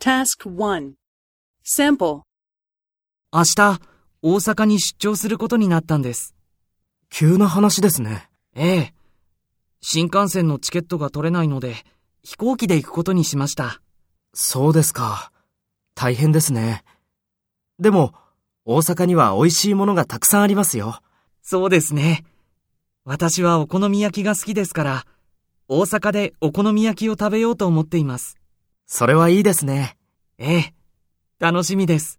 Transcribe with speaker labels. Speaker 1: Task 1. Sample.
Speaker 2: 明日、大阪に出張することになったんです。急な話ですね。ええ。新幹線のチケットが取れないので、飛行機で行くことにしました。そうですか。大変ですね。でも、大阪には美味しいものがたくさんありますよ。そうですね。私はお好み焼きが好きですから、大阪でお好み焼きを食べようと思っています。それはいいですね。ええ。楽しみです。